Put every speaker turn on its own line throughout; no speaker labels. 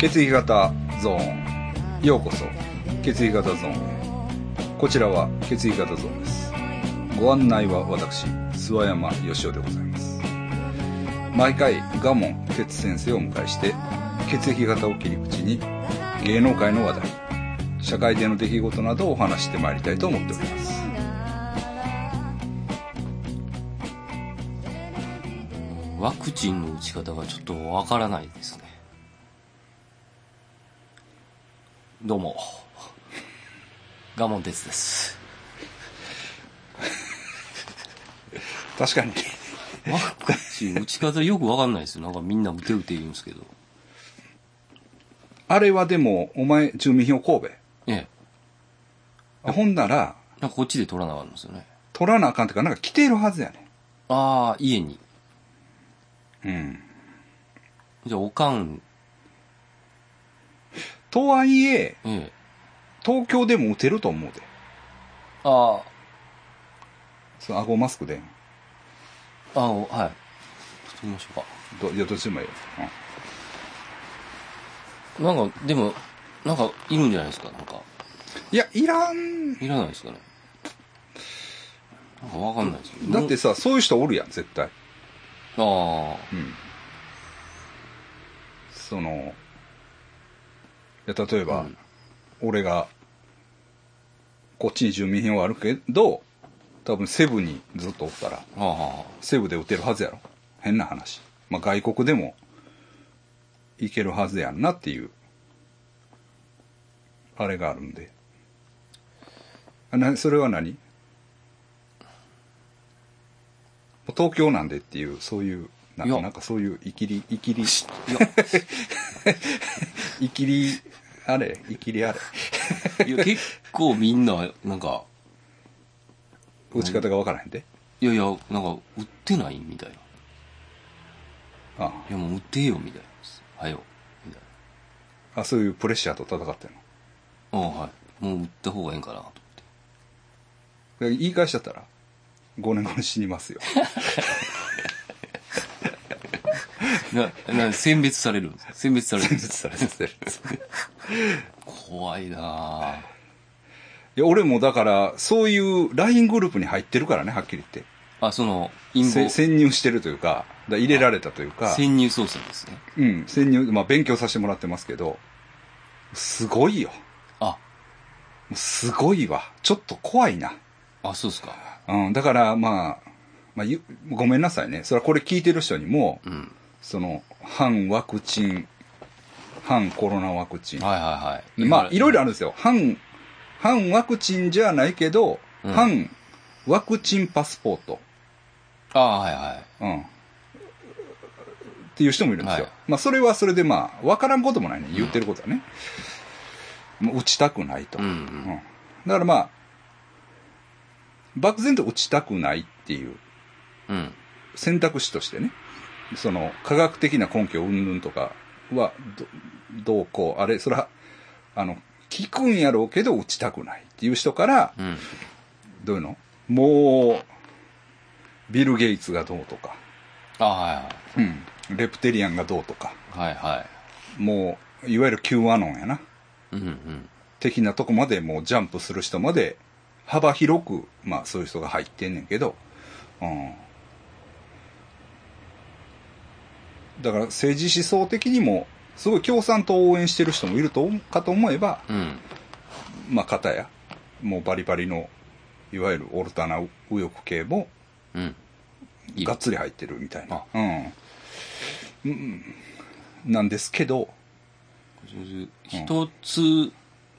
血液型ゾーンようこそ血液型ゾーンへこちらは血液型ゾーンですご案内は私諏訪山義雄でございます毎回賀門哲先生をお迎えして血液型を切り口に芸能界の話題社会での出来事などをお話ししてまいりたいと思っております
ワクチンの打ち方がちょっとわからないですね。どうも。ガモン哲です。
確かに
ワクチン打ち方よくわかんないですよ。なんかみんな打て打て言うんですけど。
あれはでもお前住民票神
ええ。
戸ほんなら
なんかこっちで取らなあかんですよね。
取らなあかんっていうかなんか来ているはずやね
ああ、家に。
うん
じゃあ、おかん、
とはいえ
ええ。
東京でも打てると思うで
あ
その顎マスクで
あ、ああ、おはい。ちょっと見ましょうか。
どいやどっちでもいいよ、うん
なんか、でも、なんか、いるんじゃないですか、なんか。
いやいらん
いらないですかね。なんかわかんないですよ。
だってさそういう人おるやん絶対
あ
うんそのいや例えば、
うん
俺がこっちに住民票はあるけど多分セブにずっとおったら
あ、あ
セブで打てるはずやろ変な話、まあ、外国でもいけるはずやんなっていうあれがあるんであなそれは何もう東京なんでっていうそういうなん
い
か
や
なんかそういういきりいきり
あ。いや、
いきりあれいき りあれ
いや、結構みんな、なんか、
打ち方がわからへんで
いやいや、なんか、売ってないみたいな。い
あ
や、もう売ってよ、みたいな。はよ、みたい
ああそういうプレッシャーと戦ってんの
な。ああ、はい。もう売った方がええんかな、と思って。
だから言い返しちゃったら5年後に死にますよ
な、な、選別されるんですか選別されるんですか
されてる
怖いなぁ。
いや、俺もだから、そういう LINE グループに入ってるからね、はっきり言って。
あ、その、陰
せ
謀、
潜入してるというか、だ入れられたというか、
潜入捜査ですね。
うん、潜入、まあ勉強させてもらってますけど、すごいよ。
あ、
すごいわ。ちょっと怖いな。
あ、そうですか。
うん、だから、まあ、まあ、ゆごめんなさいね。それはこれ聞いてる人にも、
うん。
その、反ワクチン、反コロナワクチン。
はいはいはい。
まあ、いろいろあ
る。
るんですよ。反、反ワクチンじゃないけど、
うん
反ワクチンパスポート。
ああ、はいはい。
うん。っていう人もいるんですよ。
はい
まあ、それはそれでまあ、わからんこともないね。言ってることはね。もう打ちたくないと。
うんう
うん
ん。
だからまあ、漠然と打ちたくないっていう
うん。
選択肢としてね、その科学的な根拠云々とかはど、どうこう、あれ、それは、あの、聞くんやろうけど打ちたくないっていう人から、
うん。
どういうのもう、ビル・ゲイツがどうとか、
あはいはい。
うん、レプテリアンがどうとか、
はいは
もう、いわゆる Q アノンやな。
い。うんうん。
的なとこまでもうジャンプする人まで、幅広く、まあそういう人が入ってんねんけど、うん。だから政治思想的にも、すごい共産党を応援してる人もいると思うかと思えば、
うん。
まあ片や、もうバリバリの、いわゆるオルタナ右翼系も、
うん。いい
がっつり入ってるみたいな
あ。
うん。うんうん。なんですけど、
一つ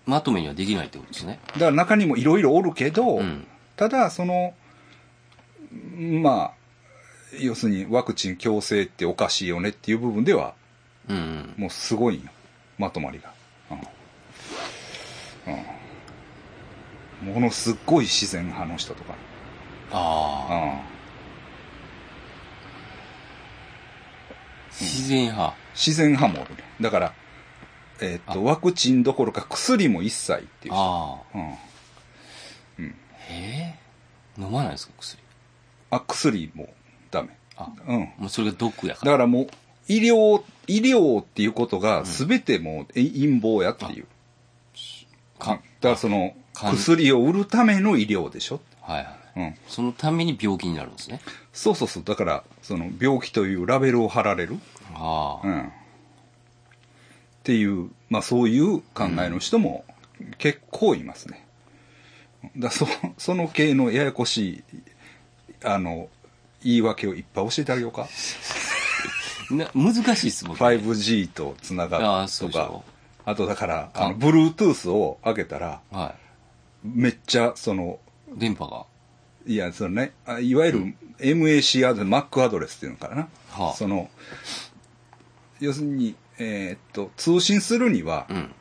まとめにはできないってことですね。
だから中にもいろいろおるけど、
うん。
ただそのまあ要するにワクチン強制っておかしいよねっていう部分では
うんうん。
もうすごいんよまとまりが、うんうん、ものすっごい自然派の人とか、う
ああ。
ん、
自然派。
自然派もおるねだから、えーっとワクチンどころか薬も一切っていう人
ああ。
うん、
へえ。飲まないんですか、薬。
あ薬もダメ
あ、
うん
もうそれが毒やか
だ
ら。
からもう医療、医療っていうことが全てもうえ陰謀やっていう。だ
か
からその、
か
薬を売るための医療でしょ。
はいはい。
うん。
そのために病気になるんですね。
そうそうそう。だから、その病気というラベルを貼られる。
あ
う
あ。
ん。っていう、まあそういう考えの人も結構いますね。だそその系のややこしい、あの、言い訳をいっぱい教えてあげようか。
な難しいです、僕。
5G とつな
あ
が
あ
る
そ
と
うでし
か
ょ。
あとだから、
あ
あの、Bluetooth を開けたら、
は
めっちゃ、その、
い。電波が。
いや、そのね、あいわゆる MAC アドレス、Mac アドレスっていうのかな。
はあ
その、要するに、えーっと、通信するには、
うん。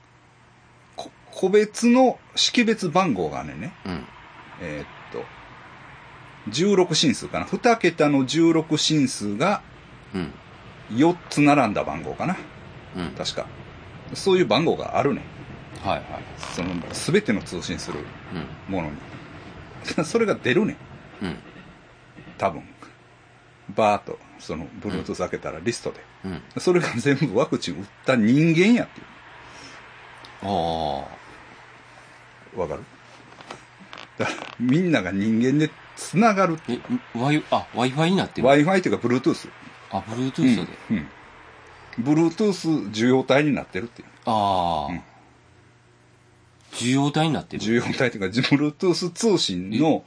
こ個別の識別番号があんねんね、
うん。
えーっと、16進数かな。2桁の16進数が
うん。
4つ並んだ番号かな。
うん。
確か。そういう番号があるねん。
はいはい。
その、すべての通信する
う
ものに。 それが出るねん。
ん。うん。
多分。バーっと、その、ブルートゥース開けたらリストで。
うん。
それが全部ワクチン打った人間やってい
ああ。
う。わかるだから、みんなが人間で繋がる。
え、ワイ、あ、Wi-Fi になってる。
Wi-Fi というか、Bluetooth。
あ、
うん
Bluetooth で。
うん。Bluetooth 受容体になってるっていう。
ああ、
うん
受容体になってる。
受容体というか、Bluetooth 通信の、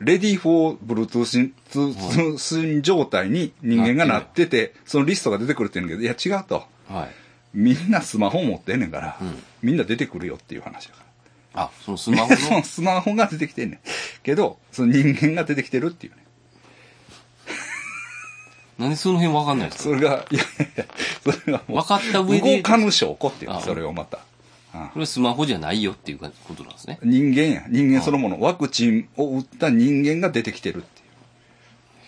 レディフォー Bluetooth 通通信状態に人間がなってて、そのリストが出てくるって言うんだけど、いや違うと。
はい。
みんなスマホ持ってんねんから、
うん
みんな出てくるよっていう話だから。
あ、そのスマホ
そ
の
の。スマホが出てきてんねん。けど、その人間が出てきてるっていうね。
なんでその辺わかんないんです
そ
か
れが、いやいやいや、それがもう、
分かった上で
動かぬ証拠っていうね
あ
それをまた。あ
これはスマホじゃないよっていうことなんですね。
人間や。人間そのもの。ワクチンを打った人間が出てきてるっていう。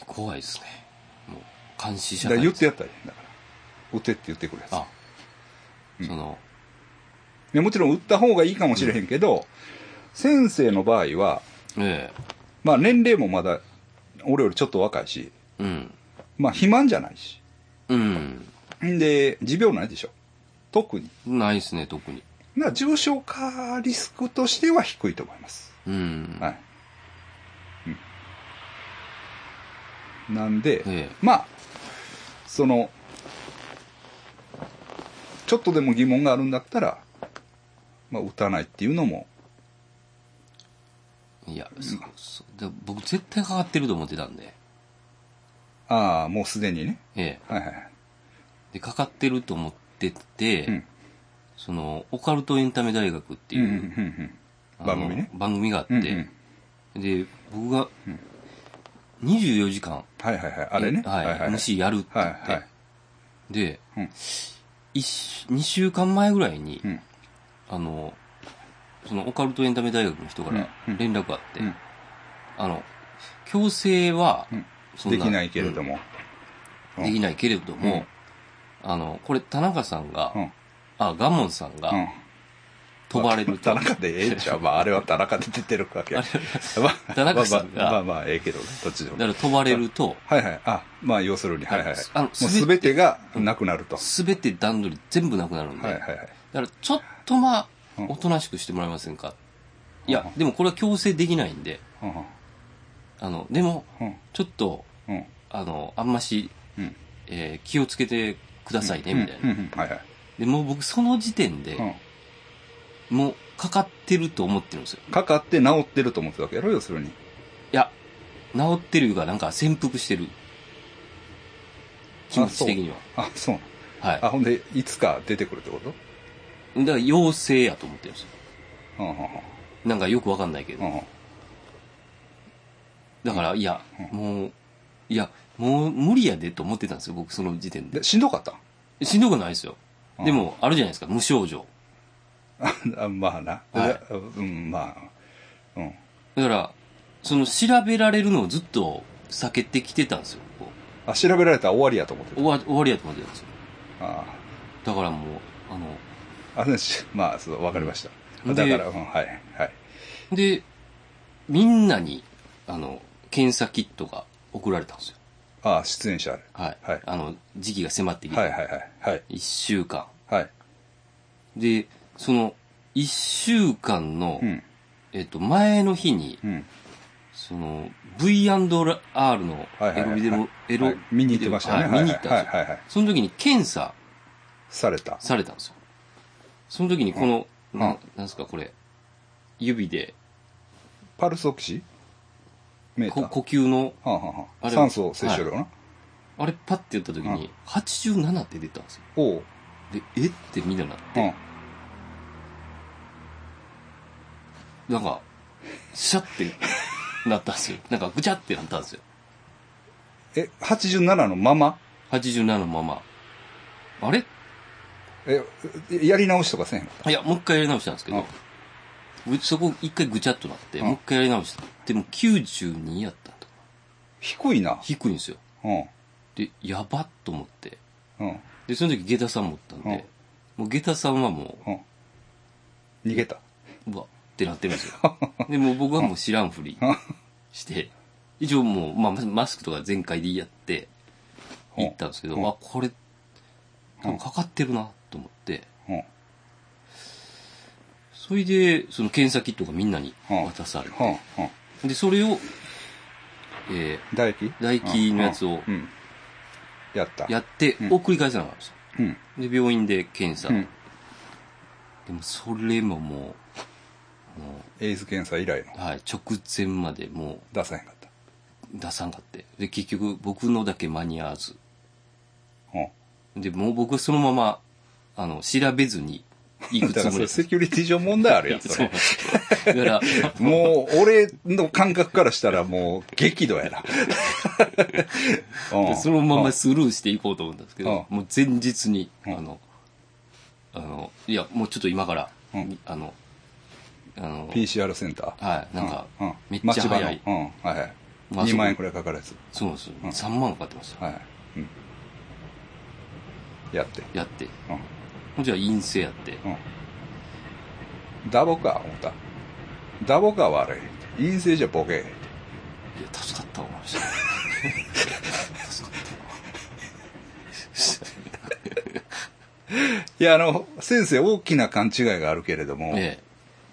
怖いですね。もう、監視
だか
者
ら言ってやったらいいんだから。打てって言ってくるやつ。
あ、その、
いやもちろん打った方がいいかもしれへんけど、先生の場合は、
え
まあ年齢もまだ、俺よりちょっと若いし、
えうん。
まあ肥満じゃないし。
うん。
んで、持病ないでしょ。特に。
ないですね、特に。
な重症化リスクとしては低いと思います。
うん。
はい。うん、なんで、
ええ
まあ、その、ちょっとでも疑問があるんだったら、まあ、打たないっていうのも、
い、や、そうそうで僕絶対かかってると思ってたんで。
ああ、もうすでにね。
ええ
はいはいはい。
で、かかってると思ってて、
うん
その、オカルトエンタメ大学って
うん
いう、
うんうん
あ
うん。番
の
組ね。
番組があって、
うんうん。
で、僕が、24時間、
はいはいはい。あれね。
はい、
はいはい。
MC やるって
はい
言って、
はい。
で、
うん
一2週間前ぐらいに、
うん
あの、そのオカルトエンタメ大学の人から
うんうん
連絡があって、
うん
あの、強制は
うん、
そん
できないけれど
も、
も。
うんできないけれども、あの、これ田中さんが、
うん
あ、ガモンさんが、
うん。
飛ばれる
田
と。
中でええんちゃう。まあ、あれは田中で出てるわけや。まあ
田中さん
まあま
が
あまあまあ、ええけどね、どっちで
だ
も
か。ら飛ばれると、
はいはい。あ、まあ、要するに、はいはいはい。
あの
もうすべてがなくなると。
すべて段取り全部なくなるんで、
はいはいはい。
だからちょっとまあ
うん、
おとなしくしてもらえませんか。いうや
ん、
でもこれは強制できないんで、
う
あの、でも、
んうん
ちょっと、
うん
あの、あんまし、
うん
えー気をつけてくださいね、みたい
うん
な。
うんはいはい。
で、もう僕その時点で、
う
もうかかってると思ってるんですよ。
んかかって治ってると思ってたわけやろ、要するに。
いや、治ってるいうか、なんか潜伏してる。気持ち的には。
あ、そう
はい。
な。あ、ほんで、いつか出てくるってこと
だから陽性やと思ってるんですよ。
うんうん
なんかよくわかんないけ
う
ど。
んうん
だから、いや、もう、いや、もう無理やでと思ってたんですよ、僕その時点で。
で、しんどかった
しんどくないですよ。
うん
でも、あるじゃないですか、無症状。
あまあな。
はい
でうん、まあ。うん。
だから、その調べられるのをずっと避けてきてたんですよ。こ
あ、調べられたら終わりやと思って
う
た
終わ終わりやと思ってたんですよ。
あ
だからもう、あの、
あ。あのし まあ、そう、わかりました。
で
だから、うん、はい、はい。
で、みんなに、あの、検査キットが送られたんですよ。
ああ、出演者ある。
はい。
はい
あの、時期が迫ってきて、
はいはいはい。はい。
1週間。
はい。
で、その、1週間の、
うん。
えっと、前の日に、
うん。
その、V&R の
はいはいはい
エロビデオ、エロ
はい見に行ってましたね。
はい見に行ったんですよ。
はいはいはいはい。
その時に検査
された。
されたんですよ。その時にこの、
うん
ななんですかこれ、指で、
パルスオキシメーター。
こ呼吸の、
はあはあはあ
あれ
酸素摂取量な。
あれパッてやった時
う
に、87って出たんですよ。
おう。
で、えってみんななっ
うん。
て、なんか、シャってなったんですよ。なんかぐちゃってなったんですよ。
え、87のまま
87のまま。あれ
え、やり直しとかせんの
いや、もう一回やり直したんですけ
うん
ど、ぐそこ一回ぐちゃっとなって、
うん
もう一回やり直した。でも92やったとか。
低いな。
低いんですよ。
うん。
で、やばっと思って。
うん。
で、その時下駄さん持ったんで、もう下駄さんはも
うん。逃げた。
う、うわってなってるんですよ。で、もう僕はもう知らんふり
うん
して、一応もう、まあ、マスクとか全開でやって、
うん
行ったんですけど、
うん
あ、これ、多分かかってるなと思って、
うん。うん。
それで、その検査キットがみんなに
うん
渡されて、
うん。
で、それを、え
唾液
唾液のやつを
うんうんやった。
ーやって、
うん
を繰り返せなかったんですよ。
うん。
で、病院で検
う
査。
ん。
でも、それももう、も
エイズ検査以来の
う、はい、直前までも
出さへんかった。
う出さんかって。で、結局、僕のだけ間に合わず。
うん。
で、もう僕はそのまま、あの、調べずに行く
だから
つも
それ
りです
セ。キュリティ上問題あるやん、それ。
そうだから、
もう、俺の感覚からしたらもう、激怒やな。うん
そのままスルーしていこうと思ったんですけど、もう前日に、
うん
あの、あの、いや、もうちょっと今から、
うん
あの、あの、
PCR センター。
はい、なんか、
うんうん
めっちゃ
町場の
早い。
うん、はいはい。
まあ
2万円くらいかかるやつ。
そうなんですよ。
うん
3万かかってました。
はい。うん。やって。
やって。
うん。
じゃあ陰性やって。
うん。ダボか、思った。ダボか悪い。陰性じゃボケ。
いや、助かったわ、思いました。助かっ
いや、あの、先生、大きな勘違いがあるけれども
た。、え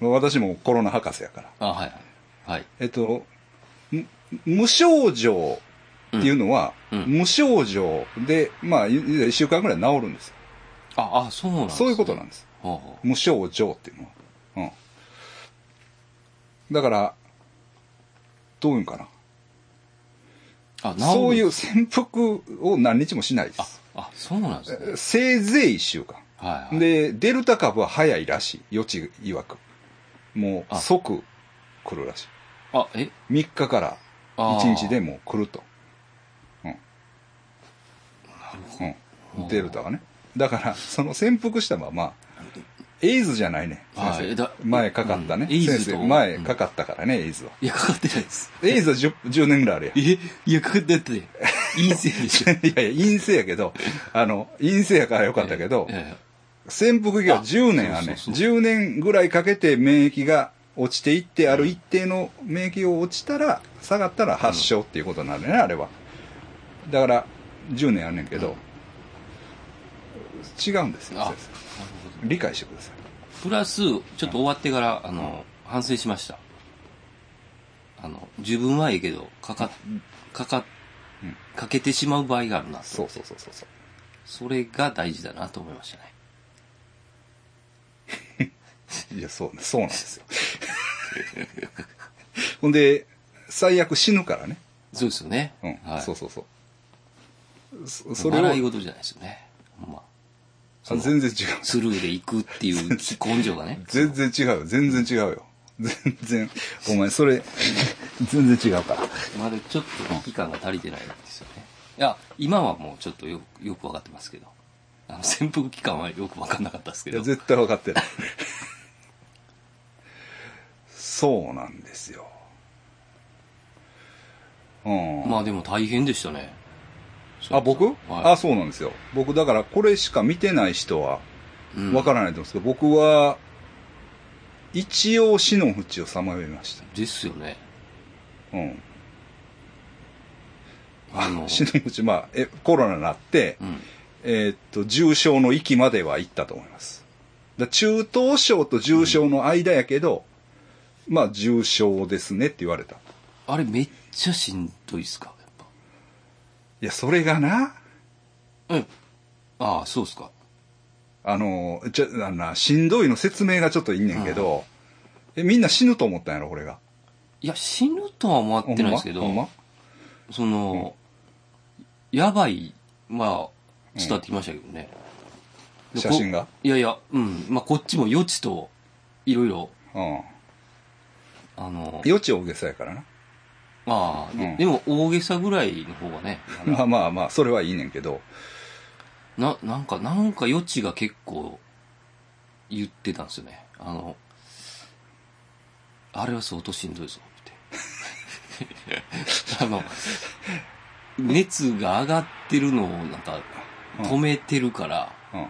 え。
私もコロナ博士やから。
あ、はいはい。はい。
えっと、む無症状っていうのは、
うんうん
無症状で、まあ、1週間ぐらい治るんですよ。
あ、あ、そうなんですね
そういうことなんです。
ほうほ
無症状っていうのは。うん。だから、どういうんかな。
うあ、治る
そういう潜伏を何日もしないで
あ
す。、
あ、そうなんですね。
せいぜい1週間。
はいはい。
で、デルタ株は早いらしい。予知曰く。もう
あ
即来るらしい。
あ、え
3日から
あー
1日でもう来ると。うん。うん、デルタはね。だから、その潜伏したまま、エイズじゃないね。
はい
先
え
生
だ。
前かかったね。
うんエイズと
先生、前かかったからね、エイズは。
いや、かかってないです。
エイズは 10, 10年ぐらいあるやん。
えいや、かかってないって。陰性でしょ。
いやいや、陰性やけど、あの、陰性やからよかったけど、
え
潜伏期が10年あんねん
あそうそ
10年ぐらいかけて免疫が落ちていって、ある一定の免疫を落ちたら、下がったら発症っていうことになるね、あれは。だから、10年あんねんけど、違うんです
え
よ、
あ、な
先
るほ
生理解してください。
ど。プラス、ちょっと終わってから、あの、反省しました。あの、自分はいいけど、かか、かか
うん、
かけてしまう場合があるなと。
そうそうそうそうそう。
それが大事だなと思いましたね。
いや、そうね、そうなんです よ。ほんで、最悪死ぬからね。
そうですよね。
うん、
はい。
そうそうそう。そそれを
習い事じゃないですよね。ほんま
あ全然違う。。
スルーで行くっていう根性がね
全然違うよ、全然違うよ。全然、お前それ、全然違うから。
まだちょっと危機感が足りてないんですよね。いや、今はもうちょっとよよくわかってますけど。あの、潜伏期間はよくわかんなかったですけ
いや、
ど。
絶対分かってない。そうなんですよ。うん。
まあでも大変でしたね。
あ、僕、あ、
あ、
そうなんですよ。僕、だからこれしか見てない人は
うん
分からないと思うんですけど、僕は、一応死の淵をさまよいました。
ですよね。
うん。
あの、
死ぬうち、まあ、えコロナになって、
うん。
えーっと、重症の域までは行ったと思います。だ中等症と重症の間やけど、まあ、重症ですねって言われた。
あれめっちゃしんどいっすかやっ
いや、それがな、
ぱ。うん。ああ、そうっすか。
あの、ちょ、あのな、しんどいの説明がちょっといんねんけど、え、みんな死ぬと思ったんやろ、これが。
いや、死ぬとは思ってないですけど、
ほんま
その、やばい、まあ、伝わってきましたけどね。
うん写真が
こいやいや、うん。まあ、こっちも余地と、いろいろ、
ほんま
あの
うん。、余地大げさやからな。
まあ、で
うん
でも大げさぐらいの方がね、あの
まあまあまあ、それはいいねんけど、
な、なんか、なんか余地が結構言ってたんですよね。あの、あれは相当しんどいぞ、 って。あの、熱が上がってるのをなんか止めてるから、
うん。
なん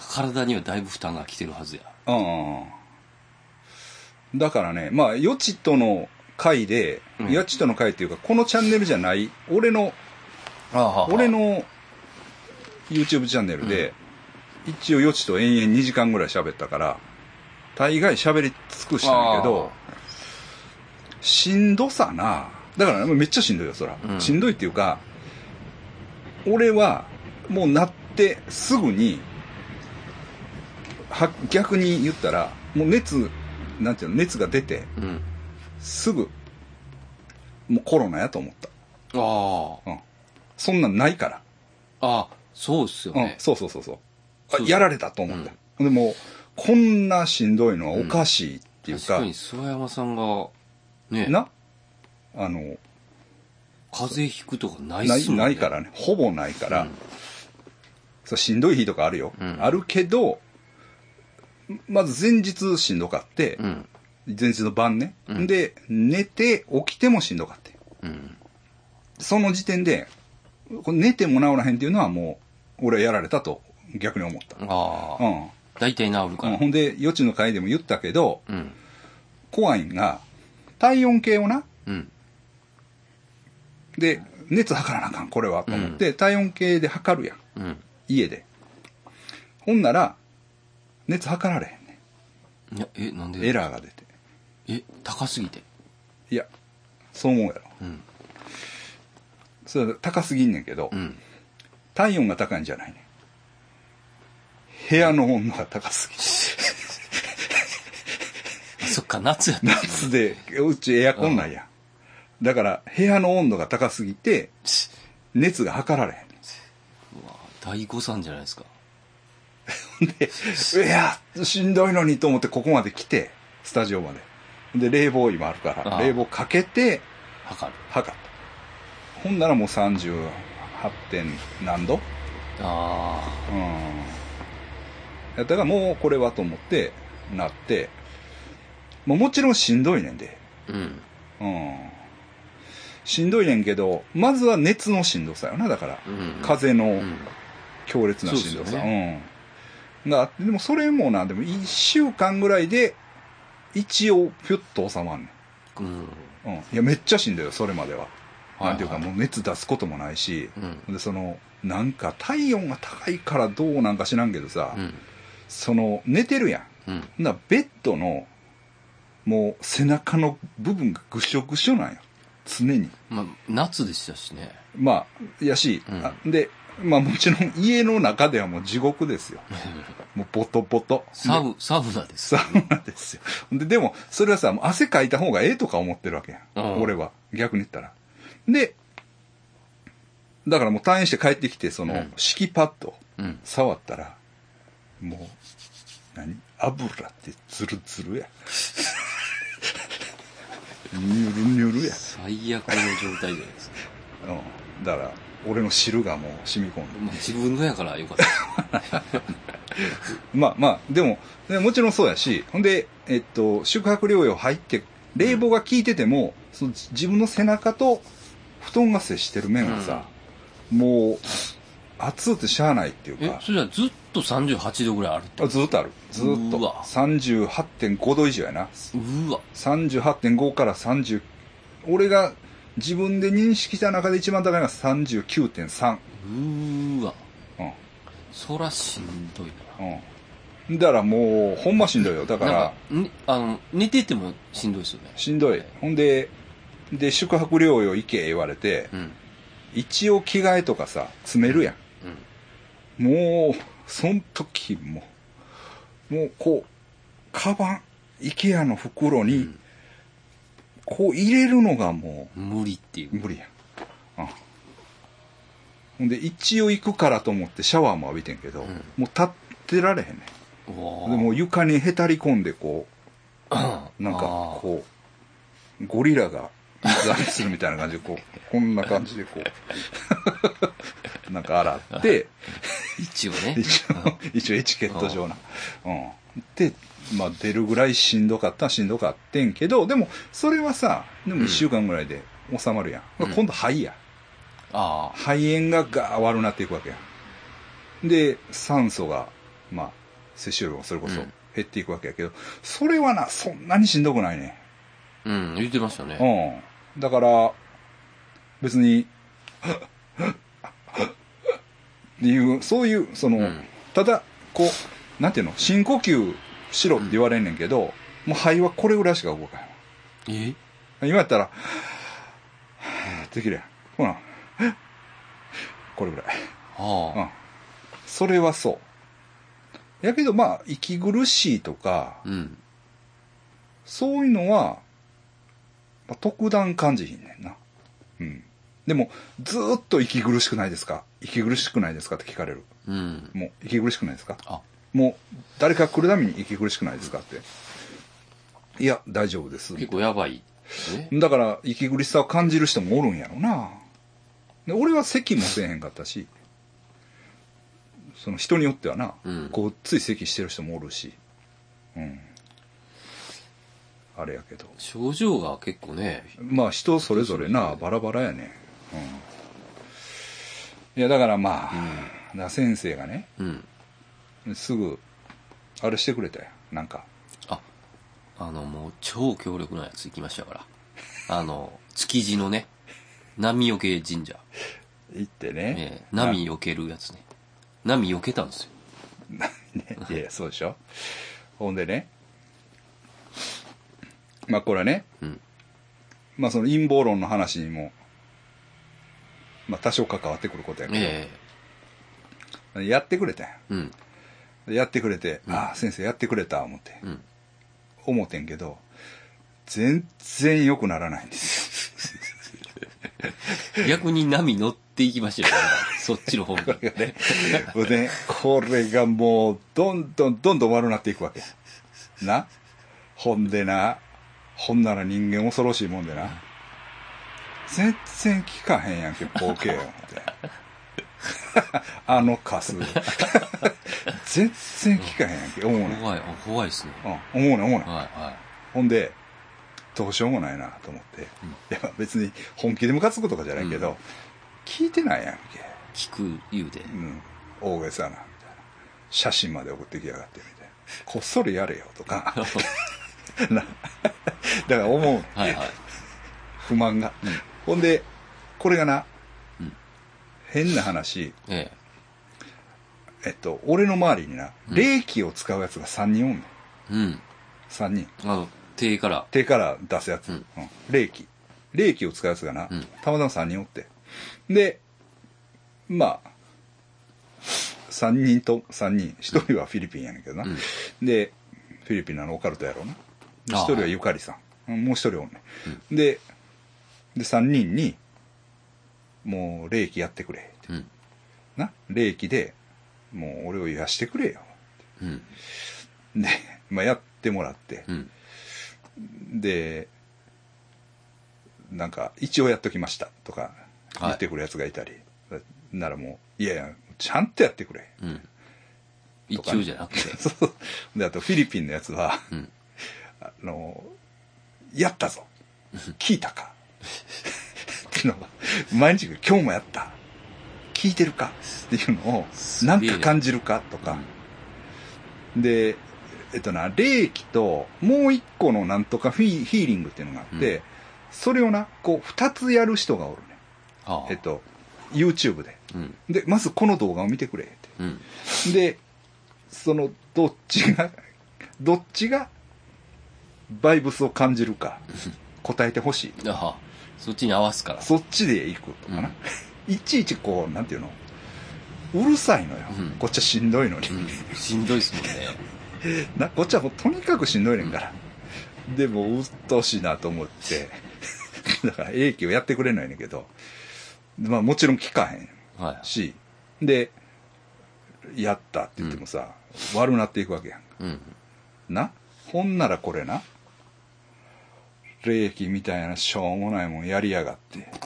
か体にはだいぶ負担が来てるはずや。
うんだからね、まあ、余地との会で、
うん
余地との会っていうか、このチャンネルじゃない、俺の、俺、の YouTube チャンネルで、一応余地と延々2時間ぐらい喋ったから、大概喋り尽くしたんやけど、しんどさな、だからめっちゃしんどいよ、そら。
うん
しんどいっていうか、俺は、もうなってすぐに、は逆に言ったら、もう熱、なんていうの、熱が出て、
うん。
すぐ、もうコロナやと思った。
ああ。
うん。そんなんないから。
ああ、そうっすよ
うん
ね、。
そうそうそうそう。
そ
あ
う
やられたと思った。でも、こんなしんどいのはおかしいっていう
確
か、
かに、諏訪山さんが、ね、
な、あの、
風邪ひくとかないっ
な
す
い
もんね。
ないからね、ほぼないから、
うん
そうしんどい日とかあるよ、
うん
あるけど、まず前日しんどかって、
うん。
前日の晩ね、
うん
で、寝て起きてもしんどかって、
うん。
その時点で、これ寝ても治らへんっていうのはもう、俺はやられたと逆に思った。
ああ、
うん。
大体治るか
うん
ら。
ほんで、余地の回でも言ったけど、
うん。
怖いんが、体温計をな、
うん。
で、熱測らなあかん、これは、と思って、体温計で測るやん。
うん。
家でほんなら熱測られへんね
いや、え、なんで
エラーが出て
え、高すぎて。
いやそう思うやろ
うん。
それは高すぎんねんけど、
うん。
体温が高いんじゃないねん部屋の温度が高すぎる
あそっか、夏やった。
夏でうちエアコンないやん、だから部屋の温度が高すぎて
チ
熱が測られへんね
うわ大誤算じゃないですか。
んでいやしんどいのにと思ってここまで来てスタジオまでで冷房今あるから
ああ
冷房かけて
測る。
測ったほんならもう38点何度
あ
うんやったからもうこれはと思ってなってもうもちろんしんどいねんで
あ。うん。
うんしんどいねんけどまずは熱のしんどさよなだから
うん。
風邪
う
の
ん。
強烈なしんど
そうです
さ
よ
うんがあってでもそれもなでも1週間ぐらいで一応ピュッと収まんねん
うん。
うん、いやめっちゃしんどいよそれまでは、
はいはい
なんていうかもう熱出すこともないし、
うん
でそのなんか体温が高いからどうなんか知らんけどさ、
うん。
その寝てるやん
うん。
ほんならベッドのもう背中の部分がぐしょぐしょなんや常に
まあ、夏でしたしね。
まあやし、
うん
あでまあもちろん家の中ではもう地獄ですよもうボトボト
サウ、サウナです。
サウナですよ。で、でも、それはさ、もう汗かいた方がええとか思ってるわけやん。
うん
俺は。逆に言ったら。で、だからもう退院して帰ってきて、その
うん、
敷きパッド
うん。
触ったら、もう、何油ってズルズルや。ニュルニュルや。
最悪の状態じゃないですか。
うん。だから、俺の汁がもう染み込んで。
まあ、自分のやからよかったです。
まあまあ、でも、でもちろんそうやし、ほんで、えっと、宿泊療養入って、冷房が効いてても、そのじ自分の背中と布団が接してる面はさ、もう、熱って しゃあないっていう
え
か、、
それはずっと38度ぐらいあるって。
あずっとある。ずっ
う
と。
わ
38.5度以上やな。
うわ。
38.5から30、俺が自分で認識した中で一番高いのが39.3。
うーわ
うん。
そらしんどい
うん。だからもう、ほんましんどいよ。だ
な
か
なん
ら
か、にあの寝ててもしんどいですよね
しんどい。ほんで、で、宿泊療養行け言われて、
うん
一応着替えとかさ、詰めるや
うん
ん。もう、そん時も、もうこう、カバン、IKEA の袋に、こう入れるのがも
無理っていう
う、無理やん。うんほんで、一応行くからと思ってシャワーも浴びてんけど、
ん
もう立ってられへんねん。
おー
でもう床にへたり込んでこう、
うん
なんか
あー
こう、ゴリラがザリするみたいな感じでこ う、こんな感じでこう、なんか洗って、
一 応ね
一応、一応エチケット上な。うん。で、まあ出るぐらいしんどかったらしんどかってんけど、でもそれはさ、でも1週間ぐらいで収まるやん。
うん
今度肺や。
ああ
肺炎がガー悪なっていくわけやん。で、酸素が、まあ、摂取量がそれこそ
うん
減っていくわけやけど、それはな、そんなにしんどくないね。
うん言ってましたね
うん。だから、別に、 っていう、そういう、その、
うん
ただ、こう、なんていうの、深呼吸しろって言われんねんけど、もう肺はこれぐらいしか動かへん。
え
今やったら、 はぁできるやん。ほな、 これぐらい。
あ
う
あ
ん。それはそう。やけどまあ、息苦しいとか、
うん
そういうのは、まあ、特段感じひんねんな。うん。でも、ずーっと息苦しくないですか息苦しくないですかって聞かれる。
うん
もう、息苦しくないですか
あ
もう、誰か来るために息苦しくないですかって。いや、大丈夫です。
結構やばいですね
だから、息苦しさを感じる人もおるんやろな。で俺は咳もせえへんかったし、その人によってはな、
うん
こう、つい咳してる人もおるし、うん。あれやけど。
症状が結構ね
まあ人それぞれな、バラバラやね。うん。いや、だからまあ、だから先生がね、
うん
すぐ、あれしてくれたよ。なんか、
ああのもう超強力なやつ行きました からあの築地のね波よけ神社、
行って
え
ね。
え波よけるやつね波よけたんですよ
ね いやいや、そうでしょ。ほんでね、まあこれはね、
うん
まあその陰謀論の話にも、まあ多少関わってくることやけど、
え
やってくれたんや
えうん
やってくれて、ああ、先生やってくれた、思って、
うん
思ってんけど、全然良くならないんです
逆に波乗っていきましたよ、ね、そっち の方に
よ。ね、でこれがもう、どんどんどんどん悪くなっていくわけ。なほんでな、ほんなら人間恐ろしいもんでな、全然聞かへんやんけ、ボケよ、思って。あのカス。全然聞かへんやんけ、思うねん。
怖いあ怖いですね
うん、思うねん、思うねん。
はいは
ほんで、どうしようもないなと思って、
うん
いや別に本気でムカつくとかじゃないけど、
うん
聞いてないやんけ、
い聞く言う で
うん、大げさなみたいな写真まで送ってきやがってみたいなこっそりやれよとかなだから思う
はいはい
不満が、
うん
ほんでこれがな、
うん
変な話
え
えっと俺の周りにな
うん
霊気を使うやつが3人おんねん
えうん
3人
あの手から
手から出すやつ、
う
うんん霊気霊気を使うやつがな、
うん
たまたま3人おってでまあ3人と3人1人はフィリピンやねんけどな、
うん
でフィリピンのあのオカルトやろうなで
ああ
1人はゆかりさんもう1人おんねん、でで3人にもう霊気やってくれって
うん
な霊気でもう俺を癒やしてくれよ
うん
で、 まあ、やってもらって、
うん
でなんか「一応やっときました」とか
はい
言ってくるやつがいたり、ならもう「いやいやちゃんとやってくれ
うん
とか
一応じゃなく」て
そうであとフィリピンのやつは
うん
「あのやったぞ聞いたか」っていうのが毎日「今日もやった」聞いてるかっていうのを
すげえ
何か感じるかとか、で、えっとな、霊気と、もう一個のなんとかフィーヒーリングっていうのがあって、それをなこう2つやる人がおるね
ああ
えっと YouTube で
うん
でまずこの動画を見てくれっ
うん
てでそのどっちが どっちがバイブスを感じるか答えてほしい
ああそっちに合わすから
そっちで行くとかな、いちいちこうなんていうのうるさいのよ、
うん
こっちはしんどいのに、
うんしんどいですもんね
なこっちはもうとにかくしんどいねんから、でもうっとうしいなと思って だから英気をやってくれないねんけど、まあ、もちろん聞かへん
はい
しでやったって言ってもさ、悪なっていくわけやん
うん
なほんならこれな霊気みたいなしょうもないもんやりやがって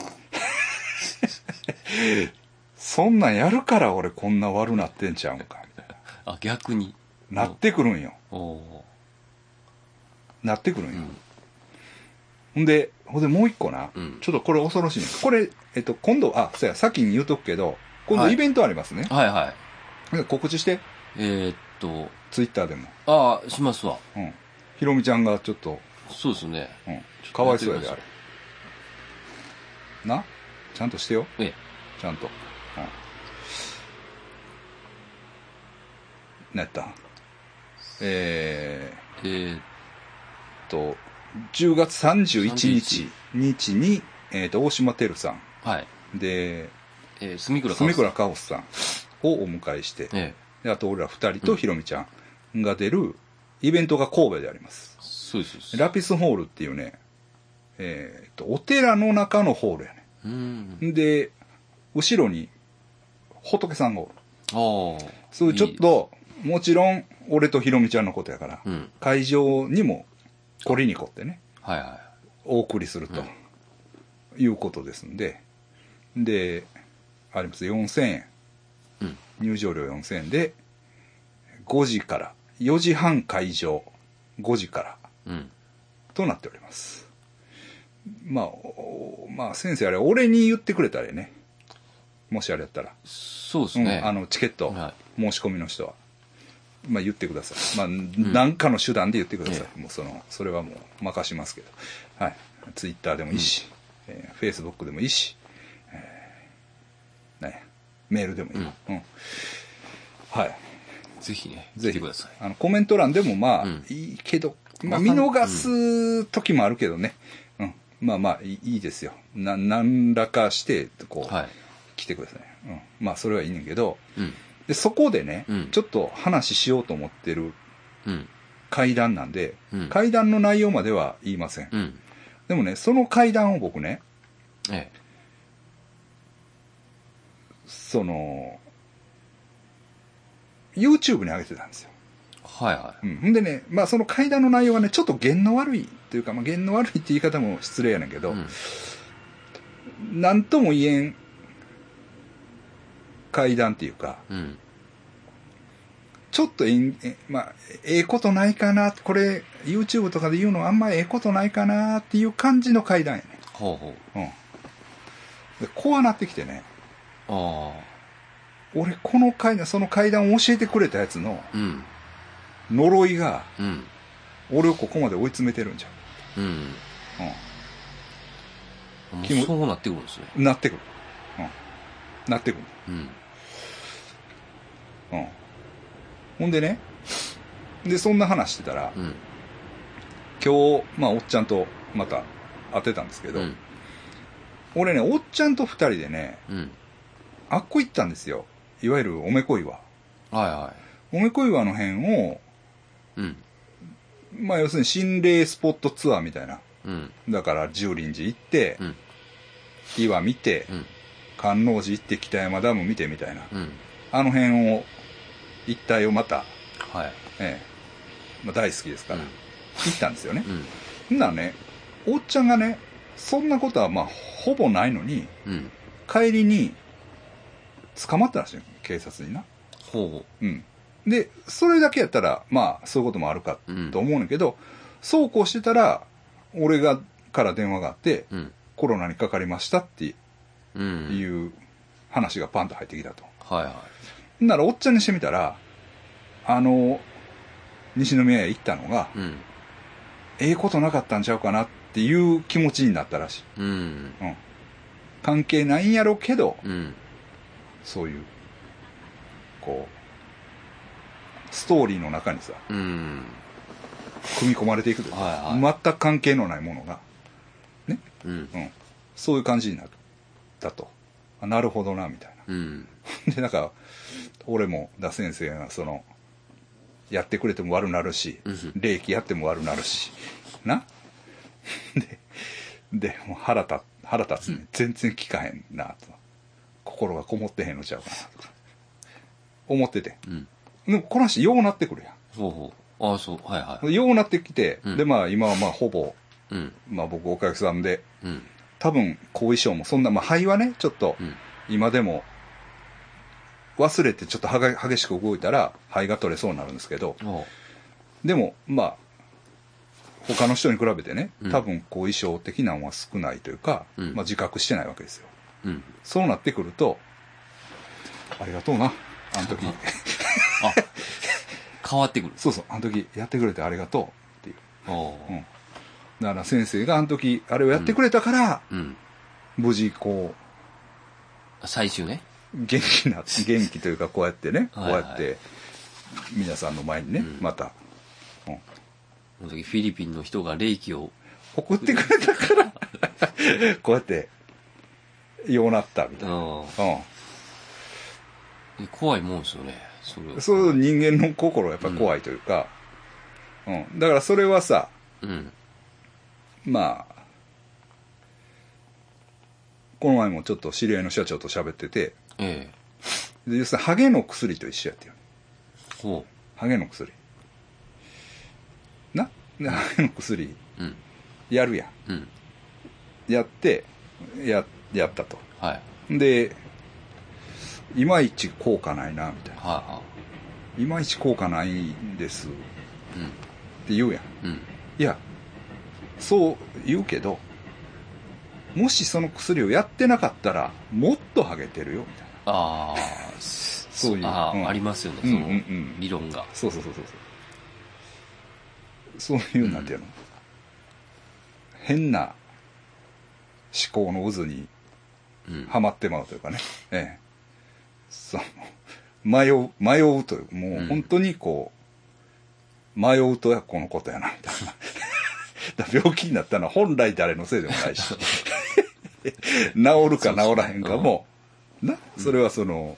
そんなんやるから俺こんな悪なってんちゃうんかみたい
あ逆に
ななってくるんよ
おお
なってくるん
ーう
よ、
ん
ほんで、ほんでもう一個な、
うん
ちょっとこれ恐ろしいね。これ、えっと、今度、あ、そうや、先に言うとくけど、今度
はい
イベントありますね。
はいはい
告知して、
えーっと
ツイッターでも。
ああしますわ
うん。ひろみちゃんがちょっと、
そうですね
うん。かわいそうやで、
ちょ
あ
っとやってみましょ
れ。なちゃんとしてよ。
ええ
ちゃんと。うん。何やったんえ
えー
ー
っ
っと、10月31日、日に、えーっと、大島てるさ
とはい
ん。で、
えー、住倉
住
か
倉カオスさんをお迎えして、
ええ
であと俺ら2人とひろみちゃんが出るイベントが神戸であります。
そうですそうです
ラピスホールっていうね、えーっと、お寺の中のホールやね。
うん
で、後ろに仏さんがおる。
ああ
そういうちょっと、もちろん俺とひろみちゃんのことやから、
うん
会場にもこりにこってね、
はいは
お送りすると、いうことですんで、で、あります4000円。
いうん
入場料4000円で5時から4時半会場5時から
うん
となっておりますまあ、おまあ先生あれ俺に言ってくれたらええねもしあれやったら、
そうです
うん
ね、
あのチケット
は
申し込みの人は、まあ言ってくださいまあ何かの手段で言ってください、もうそのそれはもう任しますけどはいツイッターでもいいし、えフェイスブックでもいいし、えーね、メールでもいい、うん、はい
ぜひね
ぜ
来て
ひ
ください
あのコメント欄でもまあ、
うん
いいけど、まあ、
わか
見
ん
逃す時もあるけどね、うんまあまあいいいいですよな何らかしてこう、
はい
来てください、うん、まあそれはいいねんけど
うん
でそこでね、
うん
ちょっと話しようと思ってる
うん
会談なんで、
うん
会談の内容までは言いません、
うん
でもねその会談を僕ね
ええ
その YouTube に上げてたんですよ
はいは
うん、ほんでね、まあ、その会談の内容はねちょっと弦の悪いというか、まあ、弦の悪いって言い方も失礼やねんけ
い、
ど、
うん
なんとも言えん会談っていうか
うん
ちょっとえんえ,、まあ、ええことないかなこれ YouTube とかで言うのあんまええことないかなっていう感じの会談や
ほうほう
ね、うん、でこうなってきてね
あ
俺この会談その会談を教えてくれたやつの
あうん
呪いが
うん
俺をここまで追い詰めてるんじ
うん
ゃん、うん
も
気持
うそうなってくるんですね
なってくる。うん。なってくる。
うん
うん。ほんでね、で、そんな話してたら、
うん
今日、まあ、おっちゃんとまた会ってたんですけ
う
ど、
ん
俺ね、おっちゃんと二人でね、
うん
あっこ行ったんですよ。いわゆるおめこ岩。
はいは
おめこ岩の辺を、
いうん
まあ、要するに心霊スポットツアーみたいな。
うん
だから、十輪寺行って、
うん
岩見て、
うん
観音寺行って、北山ダム見てみたいな。
うん
あの辺を、一帯をまた、
はい
ええ、まあ、大好きですから、
うん
行ったんですよね
う。ん
ほんならね、おっちゃんがね、そんなことはまあ、ほぼないのに、
うん
帰りに、捕まったらしいの警察にな。
ほうほ
うん。で、それだけやったら、まあ、そういうこともあるか
ううん
と思うねんだけど、そうこうしてたら、俺が、から電話があって、
うん
コロナにかかりましたって
う
い
ん
う話がパンと入ってきたと。
はいは
ほんなら、おっちゃんにしてみたら、あの、西宮へ行ったのが、
いうん
ええことなかったんちゃうかなっっていう気持ちになったらしい。
うん
うん。関係ないんやろうけど、
うん
そういう、こう、ストーリーの中にさ、
うん
組み込まれていくというか、
はいは
全く関係のないものが、
うん
うん。そういう感じになったと。あなるほどな、みたい
うん
な。 で、なんか、俺も、ダ先生が、その、やってくれても悪なるし
う、ん
霊気やっても悪なるし、な。 で、で、もう腹立、腹立つね。全然聞かへんな、と。心がこもってへんのちゃうかな、とか。思ってて。
うん
でも、この話、ようなってくるや
ほうほうああそうはいは
ん。ようなってきて、
うん
で、まあ、今はまあ、ほぼ、
いうん
まあ、僕、お客さんで、
うん
多分、後遺症も、そんな、まあ、肺はね、ちょっと、
うん
今でも忘れてちょっとはが激しく動いたら肺が取れそうになるんですけど
ほ
でもまあ他の人に比べてね
うん
多分後遺症的なのは少ないというか、
うん
まあ、自覚してないわけですよ
ううん
そうなってくるとありがとうなあの 時
あ変わってくる
そうそうあの時やってくれてありがとうっていう
お
う
うん
だから先生があの時あれをやってくれたから、
うん
無事こう
最終ね
元気 な元気というかこうやってねこう
はいは
や
い
って皆さんの前にね、
うん
また
その時フィリピンの人が霊気を
送ってくれたから こうやってようなったみたいな、
あ
う
あ怖いもんですよねそれ
ん、
は
そう人間の心はやっぱ怖いというか、うんだからそれはさ
うん
まあこの前もちょっと知り合いの社長と喋ってて
ええ
で要するにハゲの薬と一緒やってよ
ほ
ハゲの薬なでハゲの薬
ううん
やるや
うん
んやってややったと
はいはい
でいまいち効果ないなみたいな
はい
まいち効果ないんですっ
いうん
て言うやん。
うん
いや、そう言うけど、もしその薬をやってなかったら、もっとハゲてるよ、みたいな。
ああ、そ
そういう
ああ、
うん
ありますよね、そ
うん
の
うんうん
理論が。
そうそうそうそうそう。そういう、なんていうの、変な思考の渦に
うん。
はまってまうというかね。ええ。その、迷う、迷うという、もう本当にこう、迷うとはこのことやな、みたいな。 だから病気になったのは本来誰のせいでも ないし。治るか治らへんかも、な、それはその、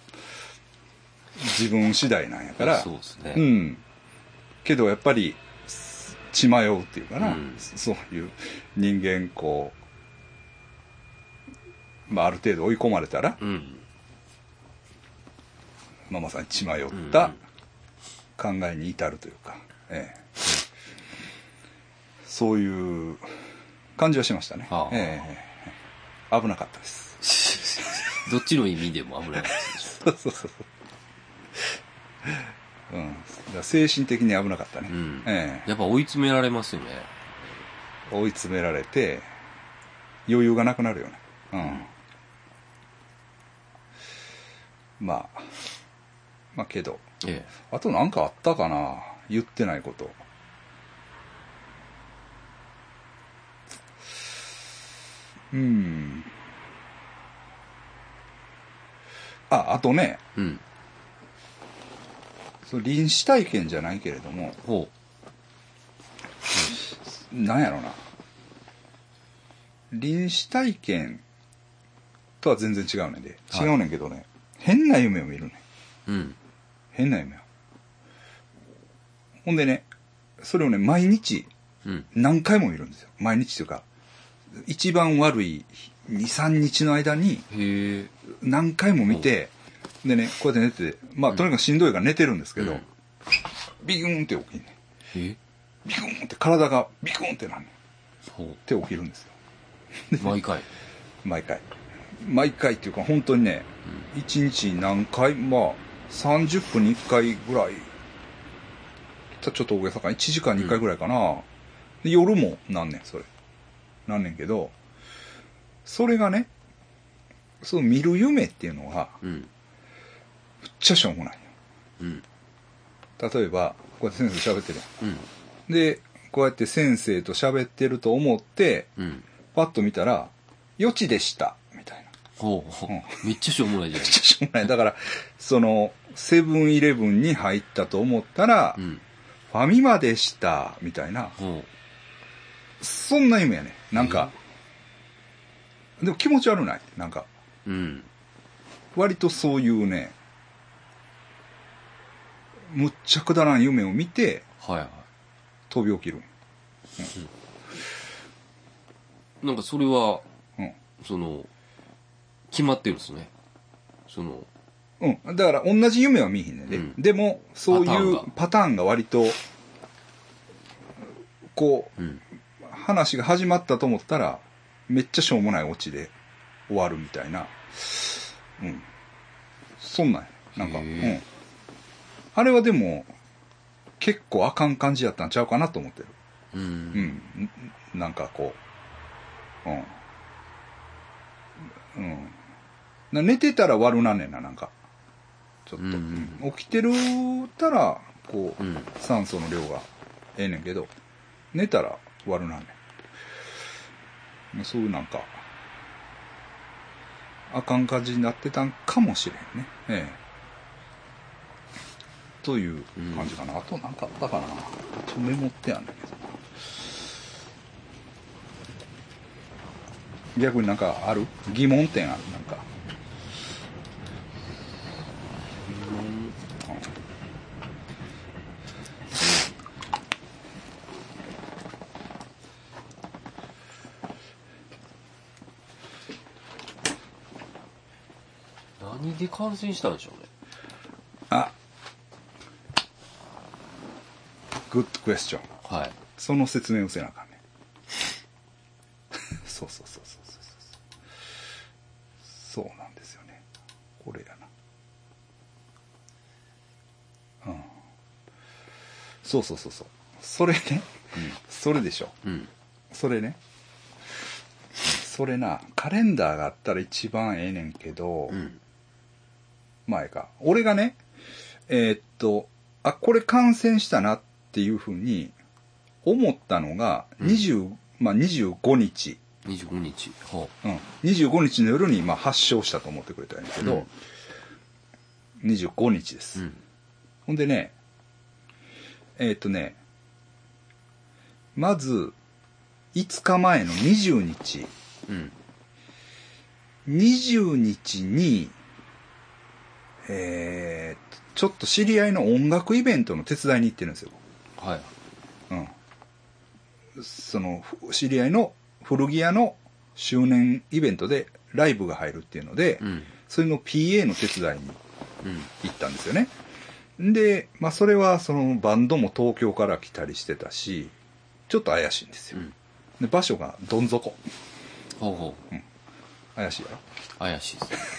自分次第なんやから、
そうですね。
うん。けどやっぱり、す血迷うっていうかな、
うん
そういう人間こう、まあある程度追い込まれたら、
うん。
ママさんに血迷っ
う
た
ん
考えに至るというか、ええそういう感じはしましたね。
はあ
ええ危なかったです。
どっちの意味でも危ないです
そ
でし
うそうそう。うん、だから精神的に危なかったね、
うん
え
ょ。やっぱ追い詰められますよね。
え追い詰められて余裕がなくなるよね、うん、まあまあけど
え
あとなんかあったかな言ってないこと。うん。あ、あとね、
え。うん。
その臨死体験じゃないけれども、
ほ
なんやろな。臨死体験とは全然違うねんで。
はい
違うねんけどね、変な夢を見るねん。
う。うん。
変な夢を。ほんでね、それをね、毎日、
うん。
何回も見るんですよ毎日というか一番悪い23日の間に
へえ。
何回も見てでねこうやって寝ててまあとにかくしんどいから寝てるんですけど、
うん
ビクーンって起きんね
え
んビクーンって体がビクーンってなんねんっ
ほ
て起きるんですよ
う。毎回。
毎回毎回っていうか本当にね一日何回まあ30分に1回ぐらいたちょっと大げさかな1時間に1回ぐらいかな、で夜もなんねんそれなんねんけどそれがねその見る夢っていうのは
うん。
むっちゃしょうもない
うん。
例えばこうやって先生と喋ってるや
う
ん
ん。
でこうやって先生と喋ってると思って、
うん。
パッと見たら、予知でした、みたいな。
ほうほう。めっちゃしょうもないじゃないですか。
しょうがないだから、その、セブンイレブンに入ったと思ったら、
うん。
ファミマでした、みたいな。
ほ
そんな夢やね。なんか、でも気持ち悪ない。なんか、
う。うん。
割とそういうね、むっちゃくだらん夢を見て、
はいは
飛び起きる。
い。なんかそれは、
うん。
その、決まってるんですね。その、
うん。だから、同じ夢は見えひんねんで。
うん
でも、そういうパターンが割と、こ
うん。
う、話が始まったと思ったら、めっちゃしょうもないオチで終わるみたいな。うん。そんなんや。なんか、
へ
う
ー
ん。あれはでも、結構あかん感じやったんちゃうかなと思ってる。
う。
うんん。んなんかこう、うん。うん。な寝てたら悪なんねんな、なんか。ちょっと。
うん
うん起きてるたら、こう、
うん。
酸素の量がええねんけど、寝たら悪なんねんまあ。そういうなんか、あかん感じになってたんかもしれんね。ええ。という感じかな。あとなんかあったかな。ちょメモってあんねんけどな。逆になんかある疑問点あるなんか。
何で感染したんでしょうね。
あグッドクエスチョン
はい。
その説明をせなあかんね そうそうそうそうそうそうそうなんですよねこれやなうんそうそうそうそうそれね、それでしょ
うん。
それねそれなカレンダーがあったら一番ええねんけど、
うん。
前か。俺がね、えーっと、あ、これ感染したなっていうふうに思ったのが、20、まあ25日、
25日。ほ
うん、25日の夜にまあ発症したと思ってくれたんやけど、25日で
う。
す。
うん。
ほんでね、えーっとね、まず、5日前の20日、
うん。
20日に、えーっと、ちょっと知り合いの音楽イベントの手伝いに行ってるんですよ。
はい。
うん。その、ふ知り合いの古着屋の周年イベントでライブが入るっていうので、
うん。
それの PA の手伝いに
うん。
行ったんですよね。で、まあそれはそのバンドも東京から来たりしてたし、ちょっと怪しいんです
う
よ。
ん。
で場所がどん底。
ほうほう。
怪しいやろ。
怪しいです。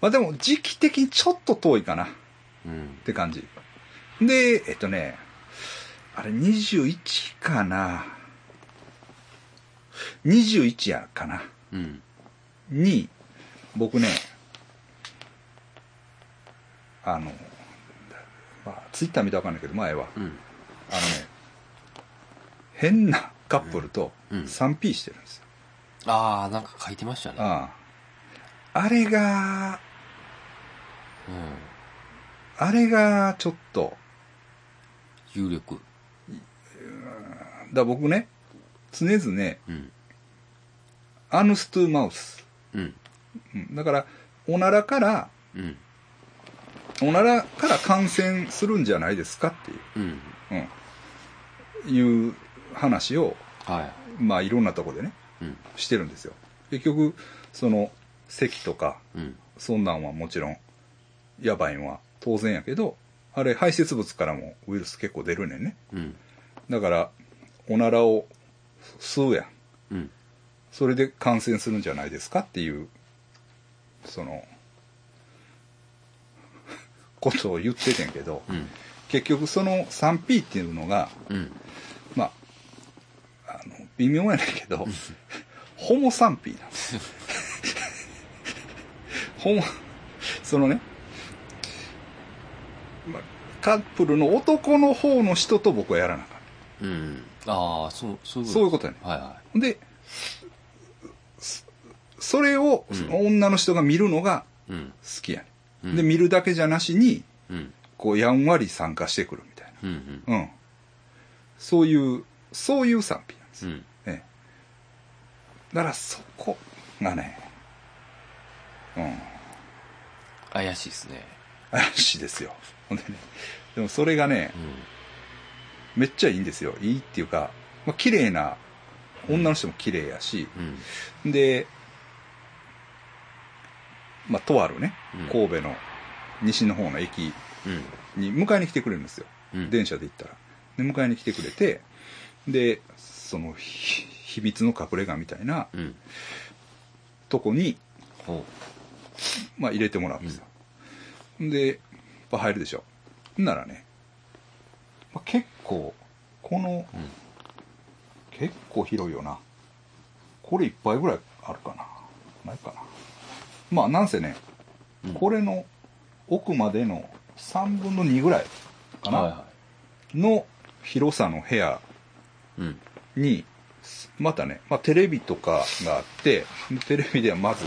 まあでも時期的にちょっと遠いかな。
うん
っ。て感じ。で、えっとね、あれ21かな。21やかな。
うん。
に、僕ね、あの、まあ、ツイッター見たらわかんないけど、前は、
うん。
あのね、変なカップルと
うんうん
3P してるんですよ。
ああ、なんか書いてましたね。
あああれが、
うん。
あれがちょっと、
有力。
だ僕ね、常々、
うん。
アヌストゥマウス。
うん。
うんだから、おならから、
うん。
おならから感染するんじゃないですかってい
うん。
う、うん、いう話を、
は
まあいろんなとこでね、
い。うん。
してるんですよ。結局、その、咳とか、
うん。
そんなんはもちろん、やばいんは当然やけど、あれ排泄物からもウイルス結構出るねんね。
うん。
だから、おならを吸うやん。
うん。
それで感染するんじゃないですかっていう、その、ことを言っててんけど、
うん。
結局その 3P っていうのが、
うん。
まあ、あの、微妙やねんけど、ホモ 3P な んですよ。ホモ、そのね、まあ、カップルの男の方の人と僕はやらなあかっ
うん。
ああ、そう、そういうこと
そういうことやね
はいは
で、そそれを
うん
女の人が見るのが
うん。
好きやね、
うん
で、見るだけじゃなしに、
うん。
こう、やんわり参加してくるみたい
うん。うん。
な。うん。そういう、そういう賛否なんです
う
よ。
ん。
ええだからそこがね、うん、
い。怪しいですね。
怪しいですよ。ほんでね、でもそれがね
う、ん。
めっちゃいいんですよ。いいっていうか、まあ、綺麗な、女の人も綺麗やし、
うん。
で、まあ、とあるね、
うん
神戸の西の方の駅
うん。
に迎えに来てくれるんですよ、
うん
電車で行ったらで迎えに来てくれてでそのひ秘密の隠れ家みたいな
うん。
とこに、
ほ
まあ、入れてもらうんですよ、でまあ入るでしょほんならね、まあ、結構この、
うん
結構広いよなこれ一杯ぐらいあるかなないかなまあなんせね
う。
これの奥までの3分の2ぐらいかな、
はいは
の広さの部屋
うん。
にまたね、まあ、テレビとかがあってテレビではまず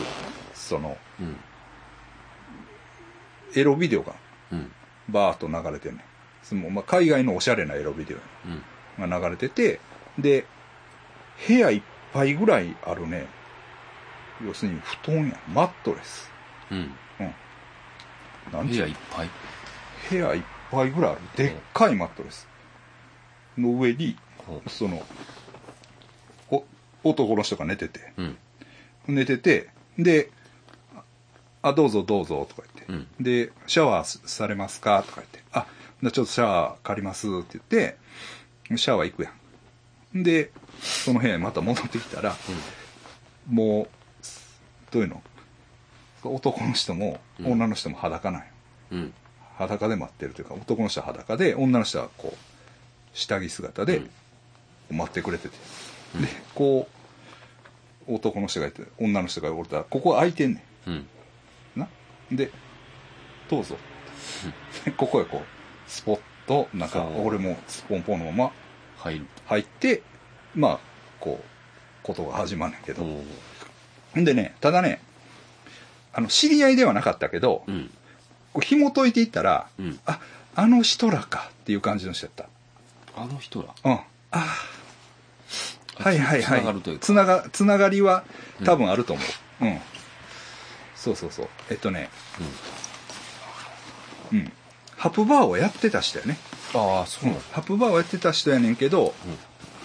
その
うん。
エロビデオが
うん。
バーッと流れてねその、まあ、海外のおしゃれなエロビデ
うん。
オが流れててで部屋いっぱいぐらいあるね要するに布団やマットレス
うん。
なん
い。部
ていう
屋いっぱい。
部屋いっぱいぐらいあるでっかいマットレスの上に
ほう
そのお男の人が寝てて
うん。
寝ててで「あどうぞどうぞ」とか言って、
うん
で「シャワーされますか?」とか言って「あじゃあちょっとシャワー借ります」って言ってシャワー行くやんでその部屋にまた戻ってきたら、もうどういうの男の人も
うん
女の人も裸なんよ、
うん。
裸で待ってるというか男の人は裸で女の人はこう下着姿で待ってくれてて、でこう男の人がいて女の人がおるたらここ空いてんね
うん。
んなでどうぞで ここへこうスポッとなんか
そう
俺もスポンポンのまま
入る。
入ってまあこうことが始まんねんけど、
おー
ん、でねただねあの知り合いではなかったけど、
うん。
こう紐解いていったら
うん。
ああの人らかっていう感じの人やった
あの人ら。
うん。ああ。はいはいはい。
つながるというか
つなが、つながりは多分あると思う。うん。そうそうそう。えっとね、うん。ハプバーをやってた人やね。
ああ、そうなんだ。
ハプバーをやってた人やねんけど、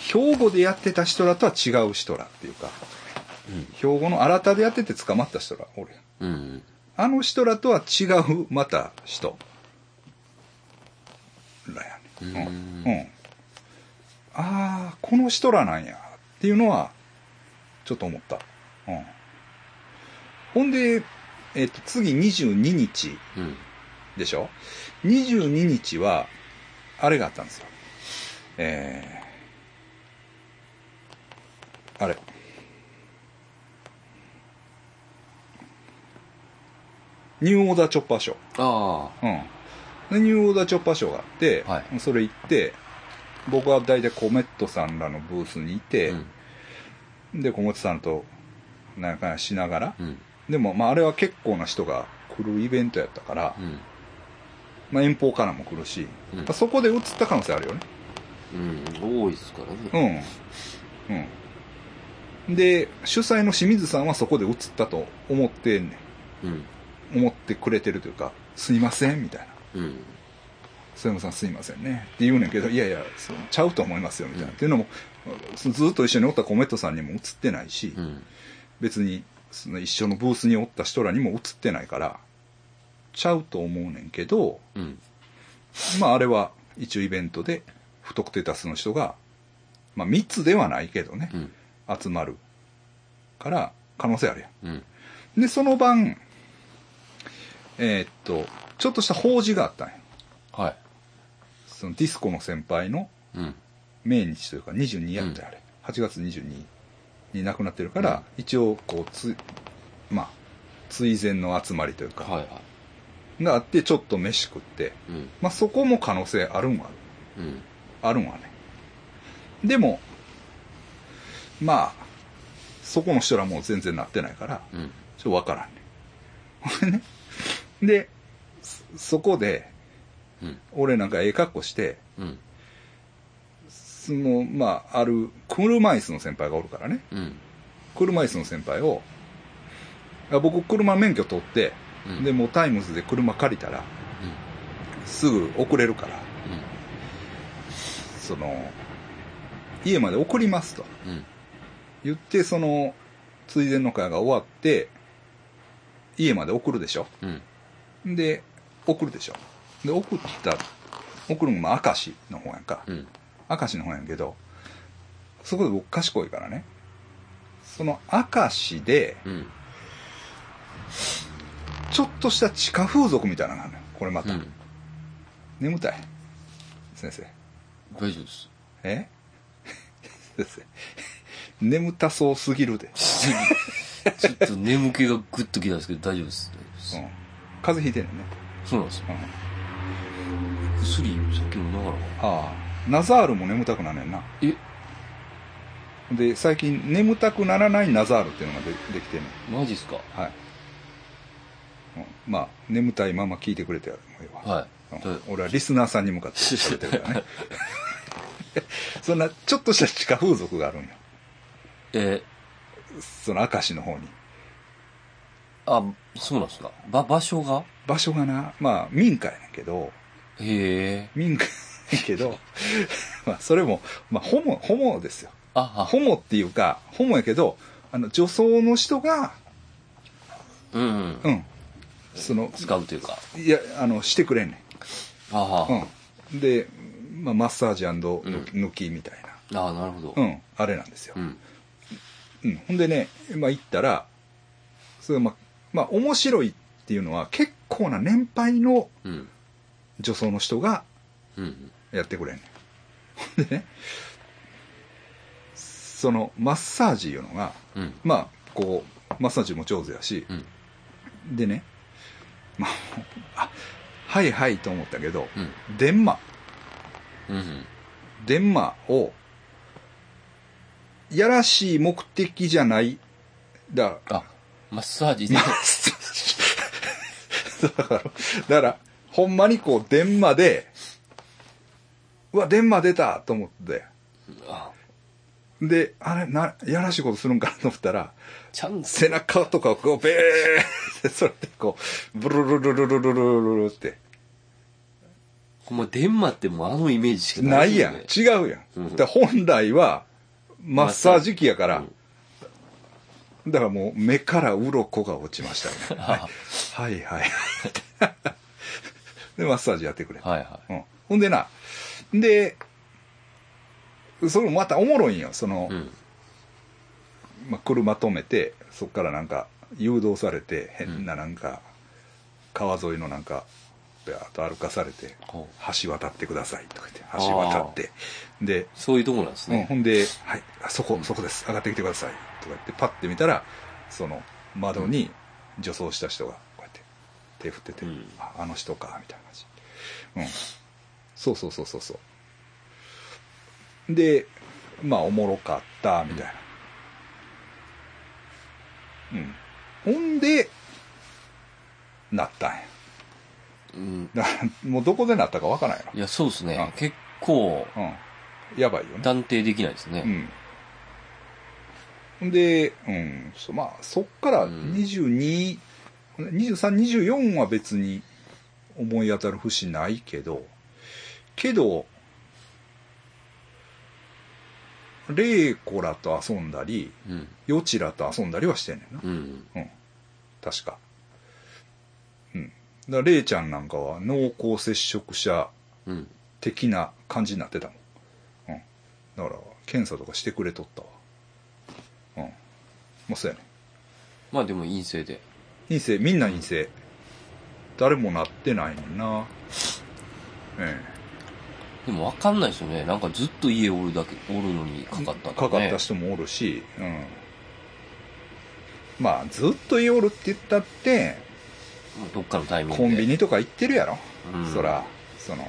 兵庫でやってた人らとは違う人らっていうか、
うん
兵庫の新田でやってて捕まった人ら、俺。
うん。
あの人らとは違う、また人。らやね。
うん
うん、ああこの人らなんやっていうのはちょっと思った、うん、ほんで、えっと次22日
うん。
でしょ22日はあれがあったんですよえー、あれニューオーダーチョッパーショー
あ
うん、でニューオーダーチョッパーショーがあって、
はい
それ行って僕は大体コメットさんらのブースにい
あ。
て
う、ん。
でコメットさんとなんかしながら、
うん。
でも、まあ、あれは結構な人が来るイベントやったから、
うん。
まあ、遠方からも来るし、
うん
まあそこで映った可能性あるよね
うん。多いですからね。
うんうんで主催の清水さんはそこで映ったと思ってんね
うん。
ん思ってくれてるというか「すいません」みたいな
うん。
曽山さんすいませんねって言うねんけどいやいやそうちゃうと思いますよみたいな、っていうのもそずっと一緒におったコメットさんにも映ってないし、
うん。
別にその一緒のブースにおった人らにも映ってないからちゃうと思うねんけど
うん。
まああれは一応イベントで不特定多数の人が、まあ、密ではないけどね
う、ん。
集まるから可能性あるや
うん。
んでその晩えーっとちょっとした法事があったんや
はい。
そのディスコの先輩の
うん。
命日というか22やったよあれ、8月22に亡くなってるから、一応こうつまあ追善の集まりというか、
はいはい。
があってちょっと飯食って
うん。
まあそこも可能性あるんは
うん。
あるんはねでも、まあ、そこの人らもう全然なってないから、
うん。
ちょっとわからんね。ほんでね。 で、そそこで、
うん。
俺なんかええ格好して、
うん。
その、まあ、ある、車椅子の先輩がおるからね。
うん。
車椅子の先輩を、あ僕、車免許取って、
うん。
で、もうタイムズで車借りたら、すぐ送れるから、その、家まで送りますと
うん。うん。
言って、その、ついでの会が終わって、家まで送るでしょ。
うん。
で、送るでしょ。で、送った、送るのもまあ明石の方やんか。
うん。
明石の方やんけど、そこで僕賢いからね、その明石で、
うん。
ちょっとした地下風俗みたいなのがあるのよこれまた、
うん。
眠たい先生
大丈夫です。
え 先生眠たそうすぎるで、
ちょっと眠気がグッときたんですけど、大丈夫です。大丈夫です
うん、風邪ひいてんのね、
そうなんですよ。
うん、
薬、さっきもだから。
ああナザールも眠たくなんねんな
え、
で最近眠たくならないナザールっていうのがでできてんの
マジっすか
はい、うん、まあ眠たいまま聞いてくれてもええわ、
は
う
い
ん。
だ
俺はリスナーさんに向かって喋ってるからねそんなちょっとした地下風俗があるんよ
え
その明石の方に
ーあ、そうなんですかば、場所が
場所がなまあ民家やねんけど
へえ。
民家やけど まあそれも、まあ、ホモホモですよ
あ、あ、
ホモっていうかホモやけどあの女装の人が
うんうん。
うんその
使うというか。
いやあのしてくれんね
ああ、
ん、うん、で、まあ、マッサージ抜
うん
き抜きみたいな、
ああ、なるほど。
うんあれなんですよ
う、ん。
うんほんでね、まあ、行ったらそれまあ、まあ、面白いっていうのは結構な年配の
うん。
女装の人が
うん。
やってくれんねんほんでねそのマッサージいうのが
うん。
まあこうマッサージも上手やし
う、ん。
でねまああ はいはいと思ったけど、
うん。
電話
うん。
電話をやらしい目的じゃないだ
あ、マッサージで
マッ。サージだからだからほんまにこう電話でうわ電話出たと思って
あ
で、あれ、な、やらしいことするんかなと思ったら、
チャンス。
背中とかをこう、べーって、それでこう、ブルルルルルルルルルって。
ほんま、デンマってもうあのイメージしか
な
な
い
いですよ
やん。
ね。
違うや
うん
ん。だから本来は、マッサージ機やから、だからもう目から鱗が落ちましたね。
あ
はいはい。で、マッサージやってくれ。
はいは
うん。ほんでな、で、それもまたおもろいんよ。その、
うん。
まあ、車止めてそこからなんか誘導されて変ななんか川沿いのなんかビャーっと歩かされて
い。ほう
橋渡ってくださいとか言って橋渡ってで、
そういうとこなんです
うん、
ね。
ほんで「はいあそこそこです上がってきてください」とか言ってパッて見たらその窓に女装した人がこうやって手振ってて「
うん
ああの人か」みたいな感じ、うん、そうそうそうそうそうでまあおもろかったみたいなうん、ほんでなったんや
うん。
だからもうどこでなったかわからんや
いや、そうですね
あ。
結構、
ろ、うん、やばいよね
断定できないです
う
ね。
ん。ほんで、うん、そまあ、そっから
うん
22、23、24は別に思い当たる節ないけど、けど、レイコらと遊んだり、
うん。
ヨチらと遊んだりはしてんねんな。
うん。
うん。確か。うん。だからレイちゃんなんかは濃厚接触者
うん。
的な感じになってたもん、うん、だから検査とかしてくれとったわうんまあそうやね
まあでも陰性で。
陰性みんな陰性誰もなってないねんなえ
でもわかんないですよね。なんかずっと家おるだけ、おるのにか
え
かったと
かか
ね。
った人もおるし、うん、まあずっと夜って言ったって
まあどっかのタイミングで。
コンビニとか行ってるやろ、
うん
そらその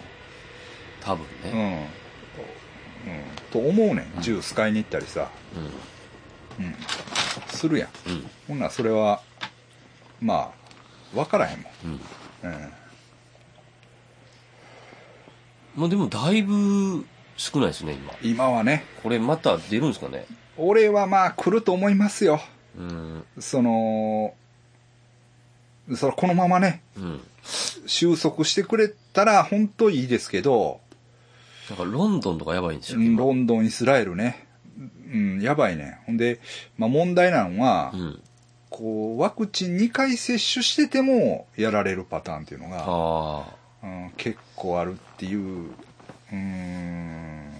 多分
う
ね。
んと思うねん銃使いに行ったりさ、
うん
うん、するやん
うん
ほんならそれはまあ分からへんもん、
うん
うん、
まあでもだいぶ少ないですね、今。
今はね
これまた出るんですかね
俺はまあ来ると思いますよ
うん
そのそれこのままね
うん
収束してくれたら本当いいですけど
なんかロンドンとかやばいんでしょ
うん
今
ロンドンイスラエルねうんやばいねほんで、まあ、問題なのは、
うん
こうワクチン2回接種しててもやられるパターンっていうのが
ああ
うん、結構あるっていう、うーん、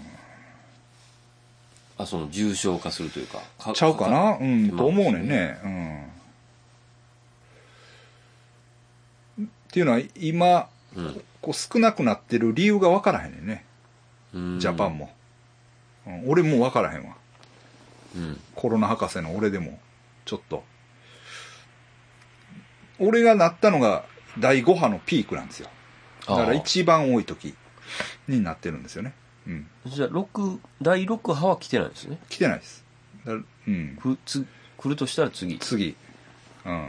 あ、その重症化するというか。
ちゃうかなうん、
まあ
と思うねんね。うん。っていうのは、今、
うん
こう少なくなってる理由が分からへんねんね。
うん
ジャパンも。うん、俺も分からへんわ。
うん
コロナ博士の俺でも、ちょっと。俺がなったのが第5波のピークなんですよ。だから
ああ
一番多い時になってるんですよね。うん。
じゃあ、六第6波は来てないんですね。
来てないです。だからうん。
くつ来るとしたら次。
次、うん、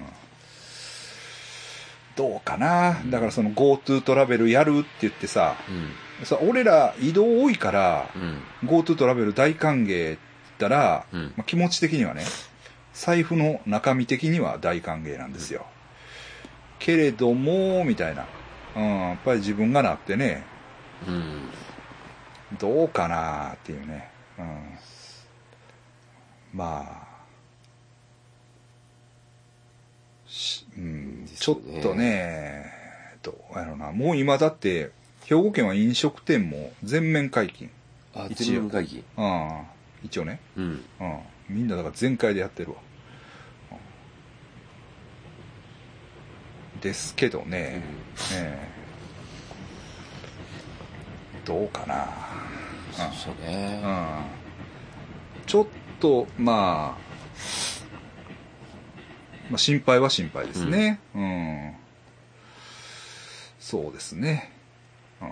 どうかな、だからその GoTo トラベルやるって言ってさ、
うん
さ俺ら移動多いから、
うん
GoTo トラベル大歓迎ったら、
うん
まあ、気持ち的にはね、財布の中身的には大歓迎なんですよ。けれども、みたいな、うん、やっぱり自分がなってね、
うん
どうかなっていうね、うん、まあしうん、
です
ちょ
よ
っ
ね
とねどうやろうなもう今だって兵庫県は飲食店も全面解禁、
あ、
一応
全部会議。
うん、一応ね、
嗯
うん
うん、みんなだから全開でやってるわ、うんですけどね、ええどうかな
そうですよね
うんちょっと、まあ、まあ、心配は心配ですね。うん。そうですね。うん